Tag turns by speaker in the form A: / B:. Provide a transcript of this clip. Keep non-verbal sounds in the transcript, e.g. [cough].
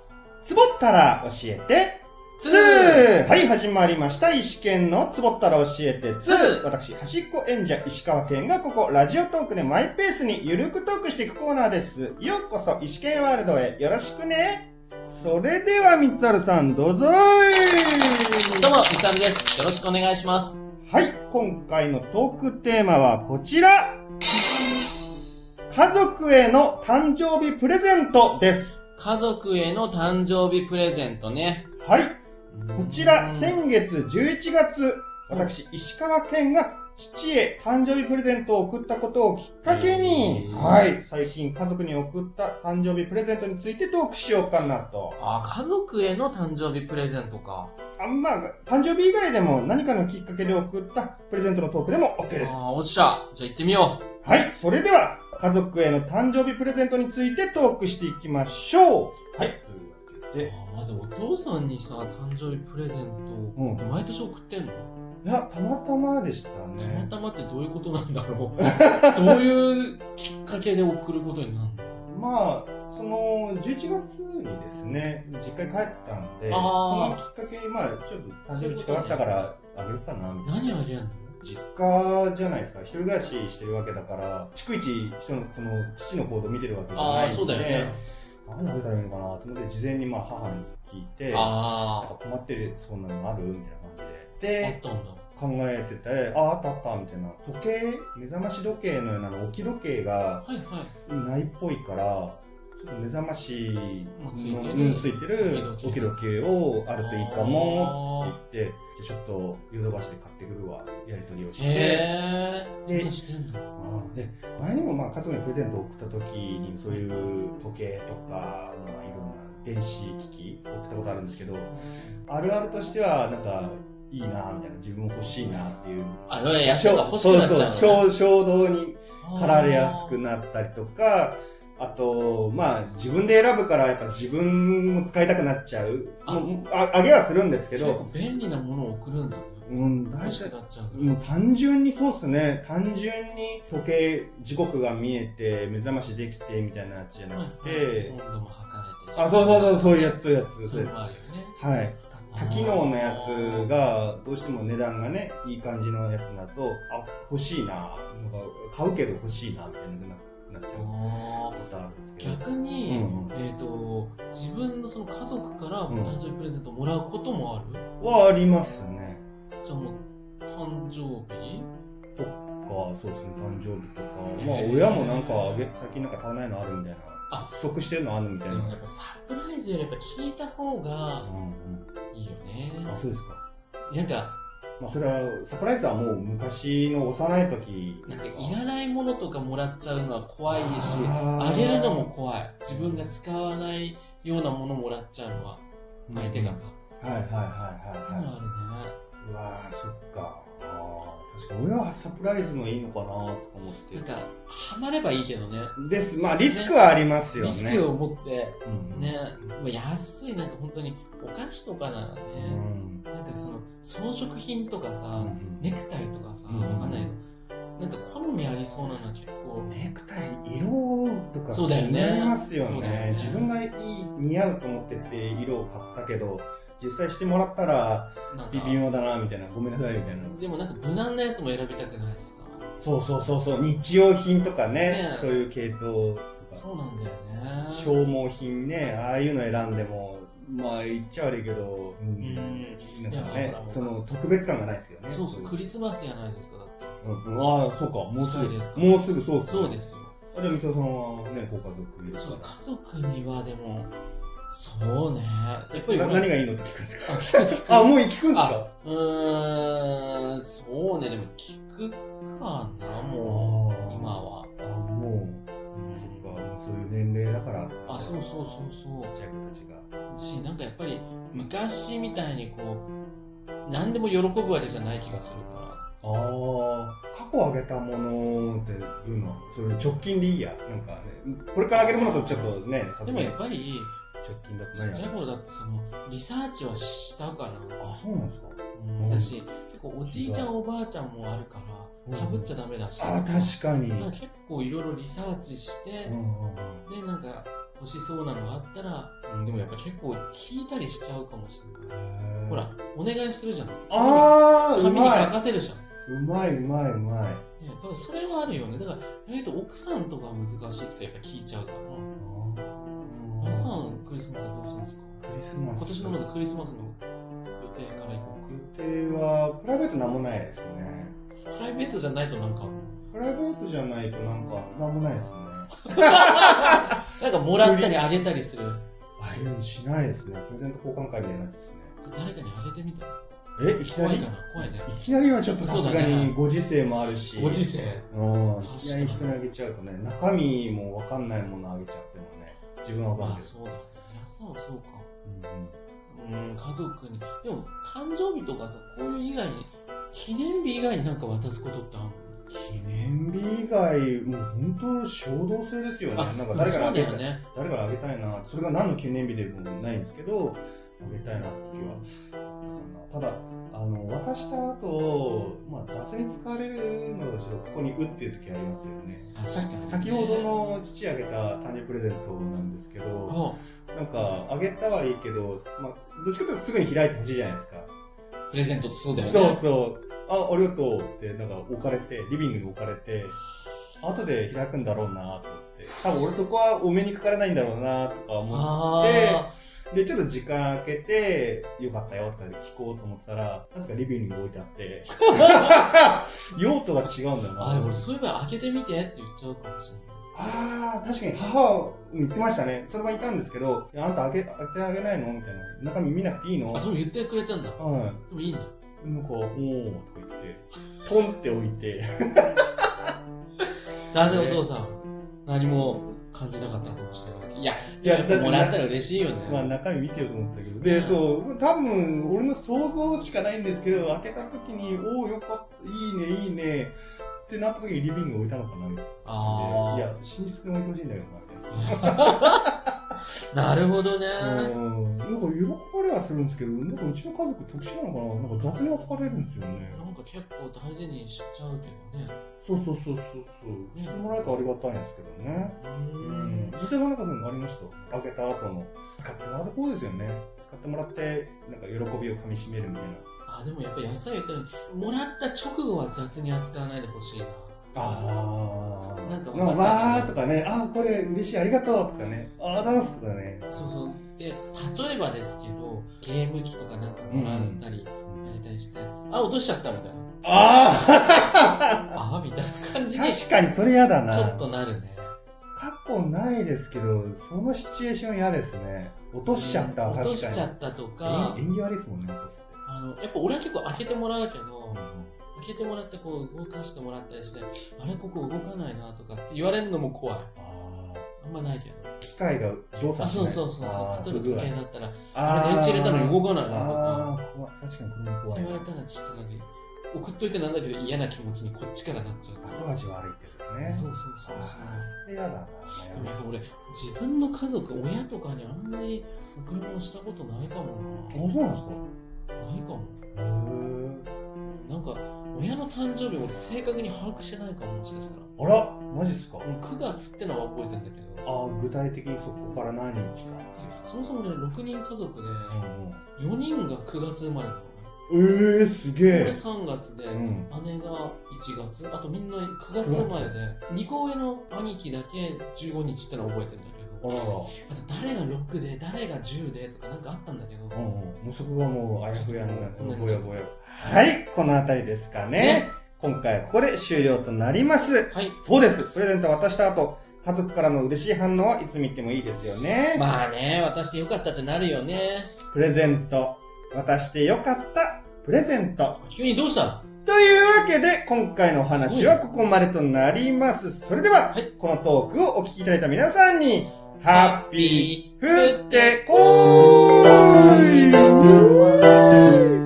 A: ったら教えて、
B: ツ
A: ツ
B: ー
A: ーはい、始まりました。石剣のつぼったら教えてツ
B: ツー
A: ー私、端っこ演者石川県がここ、ラジオトークでマイペースにゆるくトークしていくコーナーです。ようこそ、石剣ワールドへよろしくね。それでは、三つあるさん、どうぞーい
B: どうも、みさみです。よろしくお願いします。
A: はい、今回のトークテーマはこちら家族への誕生日プレゼントです。
B: 家族への誕生日プレゼントね。
A: はい、こちら、
B: うん
A: 先月11月、私、石川県が父へ誕生日プレゼントを贈ったことをきっかけに
B: へ、ー
A: はい、最近家族に贈った誕生日プレゼントについてトークしようかなと。
B: あ、家族への誕生日プレゼントか。
A: あんまあ、誕生日以外でも何かのきっかけで贈ったプレゼントのトークでも OK です。
B: あー、おっしゃ。じゃあ行ってみよう。
A: はい、それでは、家族への誕生日プレゼントについてトークしていきましょう。はい、というわけで、
B: あーまずお父さんにさ、誕生日プレゼント、
A: うん
B: 毎年送ってんの
A: いや、たまたまでした
B: たま
A: ね。
B: たまってどういうことなんだろう。 [laughs] どういうきっかけで送ることになる
A: まあ、その、11月にですね、実家に帰ったんで、そ
B: あ
A: の
B: ー
A: きっかけに、まあ、ちょっと誕生日近かったから、あげるかな、みた
B: の
A: いな。
B: 何あげんの
A: 実家じゃないですか、一人暮らししてるわけだから、逐一、人の、その、父の行動見てるわけじゃ
B: あ
A: ない
B: あ、
A: んで、
B: そうだよね。
A: 何あげたらいいのかなと思って、事前にまあ、母に聞いて、なん
B: あ
A: か困ってるそんなのあるみたいな感じ
B: あ、
A: で。
B: あっ
A: で、
B: たんだ。
A: 考えてて、ああ、あったあった、みたいな。時計、目覚まし時計のようなあの置き時計が
B: はいはい。
A: ないっぽいから、ちょっと目覚まし
B: もうつい
A: の
B: てる
A: うんついてる
B: 置
A: 置
B: き
A: き
B: 時
A: 時計をあるといいかも、
B: あー
A: って言って、じゃあちょっとヨドバシで買ってくるわ、やり取りをして。
B: へえ。
A: で
B: そんなしてんだ。
A: うんで、前にもまあ家族にプレゼントを送った時に、そういう時計とか、まあいろんな電子機器送ったことあるんですけど、あるあるとしては、なんか、いいなみたいな、自分も欲しいなっていう。
B: あ、いやいや、そうか、欲しくなっちゃうのね。
A: そうそう衝衝動に駆られやすく
B: な
A: なったりとか、あと、まあ、自分で選ぶから、やっぱ自分も使いたくなっちゃう。
B: あ
A: もうああげはするんですけ
B: 結構
A: ど、
B: 便利なものを送るんだね。
A: うん、大
B: 欲し
A: 体
B: く、なっちゃうから
A: もう単純にそうっすね。単純に時計、時刻が見えて、目覚ましできて、みたいなやつじゃなくて、
B: 温度も測れて。
A: あ、そうそうそう、そういうやつ、そういうやつ、
B: そ
A: そううい
B: い
A: ううやつ。
B: のもあるよ
A: は
B: ね。
A: い。多機能のやつが、どうしても値段がね、いい感じのやつだと、あ、欲しいな、なんか買うけど欲しいな、みたいなななっちゃう
B: あ
A: ことあるんです
B: ー
A: けど。
B: 逆に、
A: うんうん
B: えっ、と、自分のその家族から
A: うん
B: 誕生日プレゼントもらうこともある、
A: はありますね。
B: じゃあもう、誕生日
A: とか、そうですね、誕生日とか、
B: えー
A: まあ親もなんかあげ、最近なんか足らないのあるみたいな、
B: あ
A: 不足してるのあるみたい
B: で
A: な。
B: もやっぱサプライズよりやっぱ聞いた方
A: う
B: が
A: ん
B: いいよね
A: うん。。あ、そうですか。
B: なんか、
A: まあそれは、サプライズはもう昔の幼い時。
B: なんかいらないものとかもらっちゃうのは怖いし、
A: あ
B: あ
A: ー
B: げるのも怖い。自分が使わないようなものもらっちゃうのは、相手が。
A: う
B: か
A: んはいはいはいはいはい。
B: あるね。
A: うわあそっかあー確かに親はサプライズもいいのかなとか思って
B: なんか、ハマればいいけどね。
A: ですまあリスクはありますよね
B: リスクを持って、
A: うん
B: ね、もう安い、なんか本当にお菓子とかなら
A: う
B: ね、
A: ん
B: なんかその装飾品とか
A: う
B: さ、
A: ん
B: ネクタイとかさ、
A: うん
B: わかんないけど、なんか好みありそうなのは結構、
A: ネクタイ色とか
B: そうだよね
A: 気になりますよ
B: そう
A: ね
B: だよね
A: 自分がいい似合うと思ってて色を買ったけど実際してもらったら
B: なん
A: 微
B: か、
A: 妙だなみたいなごめんなさいみたいな
B: でもなんか無難なやつも選びたくないしさ。
A: そうそうそうそう日用品とかね
B: ね
A: そういう系統とか
B: そうなんだよね。
A: 消耗品ねああいうの選んでもまあ言っちゃ悪いけど、う
B: うんん。
A: なんか
B: いや
A: ね
B: ほら、
A: その特別感がないですよね。
B: そうそう、クリスマスじゃないですか、だって。
A: うんうんああ、そうか、もうす
B: 近いですか
A: ぐ。もうすぐ、そうっ
B: そう
A: す
B: で
A: ね。
B: すよ。
A: あじゃあ、みそさんはね、ご家族いる
B: そう、
A: か
B: 家族にはでも、そうね。やっぱり
A: ら。な
B: 俺
A: 何がいいのって聞くんです
B: あ
A: か
B: 聞く聞く
A: あ、もう聞くんす
B: あ
A: か
B: うーん、そうね、でも聞くかな、
A: あ
B: もう、
A: ー
B: 今。は。
A: あ、もう、そっか、もうそういう年齢だから。
B: あ、そうそうそうそ
A: ちっちゃい子たちが。
B: う。し、なんかやっぱり、昔みたいにこう、何でも喜ぶわけじゃない気がするか
A: ああ、過去あげたものってどういうのそれ直近でいいや。なんかね、これからあげるものとちょっとね、さす
B: ら。で
A: が
B: も
A: に
B: や
A: 直
B: っぱり、
A: 近だと
B: ちっちゃい
A: ね。
B: 頃だってその、リサーチはしたかな。
A: あ、そうなんですか
B: うん、だし、結構おじいちゃんおばあちゃんもあるから、かぶっちゃダメだし。
A: あ、確かに。
B: なんか結構いろいろリサーチして、
A: うんうんうん
B: で、なんか、欲しそうなのがあったら、
A: うん
B: でもやっぱ結構聞いたりしちゃうかもしれない。ほら、お願いするじゃん。
A: あーう
B: 紙に書
A: まい
B: かせるじゃん。
A: うまいうまいうまい
B: ね、だからそれはあるよね。だから、意外と奥さんとか難しいとかやっぱ聞いちゃうから。
A: あ
B: 皆さ
A: ー
B: ん、クリスマスはどうするんですか
A: クリスマス
B: 今年のまずクリスマスの予定から行こう
A: 予定はプライベートなんもないですね
B: か。プライベートじゃないとなんか、
A: プライベートじゃないとなんかなんもないですね
B: なんかもらったりあげたりする。
A: あれもしないですねプレゼント交換会みたいなやつですね
B: 誰かにあげてみたら
A: えいきな
B: 怖い
A: り
B: かな怖いね。
A: いきなりはちょっとさすが
B: そうだね
A: にご時世もあるし
B: ご時世。
A: うんいきなり人にあげちゃうとね中身もわかんないものあげちゃってもね自分はわかん
B: ま
A: な
B: あ
A: い
B: そうだね。皆さんはそうか。
A: うん
B: うん、家族に。でも、誕生日とかさ、こういう以外に、記念日以外になんか渡すことってある
A: 記念日以外、もう本当衝動性ですよね。なんか誰かに
B: そ
A: あ
B: う
A: げ
B: だ
A: た
B: よ
A: い、
B: ね。
A: 誰かにあげたいな。それが何の記念日でもないんですけど、あげたいなって時はあったな。ただ、あの、渡した後、まあ、挫折疲れるのをちょっとここに打っていう時ありますよね。
B: 確
A: さ
B: かに、ね。
A: 先ほどの父あげた誕生日プレゼントなんですけど、
B: お、
A: なんか、あげたはいいけど、まあ、どっちかというとすぐに開いてほしいじゃないですか。
B: プレゼントってそうだよね。
A: そうそう。あ、ありがとうっつって、なんか置かれて、リビングに置かれて、後で開くんだろうなと思って。多分俺そこはお目にかからないんだろうなとか思
B: ああ。
A: って、で、ちょっと時間空けて、よかったよとかで聞こうと思ったら、なぜかリビングに置いてあ
B: [laughs]
A: って、用途が違うんだよ
B: あ、でも
A: な
B: 俺。そういえば開けてみてって言っちゃうかもしれない。
A: ああ、確かに母は言ってましたね。その場にいたんですけど、いやあんた開け開けてあげないのみたいな。中身見なくていいの
B: あ、そう言ってくれたんだ。で
A: うん。
B: もいいんだ。
A: なんか、おーとか言って、ポンって置いて、
B: さすがお父さん、何も感じなかったのかもしれない。いや、
A: いや
B: やっぱもらったら嬉しいよね。
A: まあ中身見てよと思ったけど。で、そう、多分、俺の想像しかないんですけど、開けた時に、おお、よかった、いいね、いいね、ってなった時にリビング置いたのかなみたい
B: あ
A: な。
B: あ。
A: いや、寝室に置いてほしいんだけどな、み
B: [laughs] なるほどね。
A: たいな。うん。なんか喜ばれはするんですけど、なんかうちの家族特殊なのかななんか雑に扱われるんですよね。
B: なんか結構大事にしちゃうけどね。
A: そうそうそうそうそう。してもらえるとありがたいんですけどね。
B: う
A: うん。。実際そんなこともありました。開けた後の。使ってもらった方ですよね。使ってもらって、なんか喜びをかみしめるみたいな。
B: あ、でもやっぱ野菜言ったように、もらった直後は雑に扱わないでほしいな。
A: ああ。
B: なんか
A: まあ、
B: わかんない
A: わーとかね、あーこれ嬉しい、ありがとうとかね、あーダンスとかね。
B: そうそう。で、例えばですけど、ゲーム機とかなんかもらったり、やりたりして、あ、落としちゃったみたいな。
A: あ
B: あ、みたいな感
A: あ
B: じに、ち
A: 確かにそれ嫌だな。
B: ょっとなるね。
A: 過去ないですけど、そのシチュエーション嫌ですね。落としちゃった、
B: う
A: 確
B: ん
A: かに。
B: 落としちゃったとか
A: え、縁起悪いですもんね、落とすって。
B: あの、やっぱ俺は結構開けてもらうけど、開けてもらってこう動かしてもらったりして、あれここ動かないなとかって言われるのも怖い。
A: あ
B: あんまないけど。
A: ー機械が動
B: あ、
A: 作し
B: そ
A: な
B: う
A: い
B: そうそう
A: あー
B: そう。例えば時計だったら、
A: あ
B: あ
A: ー
B: れ電池入れたのに動かないなとか
A: あ。あ、怖い。確かにこれも
B: っ
A: 怖
B: て
A: い
B: 言われ。たらちょっとなんか、送っといてなんだけど嫌な気持ちにこっちからなっちゃう。
A: 後味悪いってやつです
B: そ
A: ね。
B: うそうそう
A: あ
B: そ
A: ーそれ嫌だな。
B: う。でもやっぱ俺、自分の家族、親とかにあんまり贈り物したことないかも
A: あ、そうなんですか
B: な。ないかも。
A: へー
B: なんか、親の誕生日俺正確に把握してないかも、もしかしたら。
A: あら、マジっすか、
B: もう9月ってのは覚えてんだけど、
A: あー具体的にそこから何日か。
B: そもそもね、6人家族で、
A: う
B: 4人が9月生まれなのね。
A: んうん、えー、すげえ。
B: 俺3月で、
A: うん
B: 姉が1月、あとみんな9月生まれで、2個上の兄貴だけ15日ってのは覚えてんだけ
A: あら
B: ど、
A: ら。
B: あと誰が6で、誰が10でとかなんかあったんだけど、
A: うんうん、もうそこがもうあやふやになって
B: こんなに
A: ぼやぼや。はい、このあたりですかね。
B: ね
A: 今回はここで終了となります。
B: はい。
A: そうです、プレゼント渡した後、家族からの嬉しい反応はいつ見てもいいですよね。
B: まあね、渡してよかったってなるよね。
A: プレゼント、渡してよかった、プレゼント。
B: 急にどうしたの
A: というわけで、今回のお話はここまでとなります。それでは、
B: はい
A: このトークをお聞きいただいた皆さんに、ハッピー、ふ
B: ー
A: ってこーい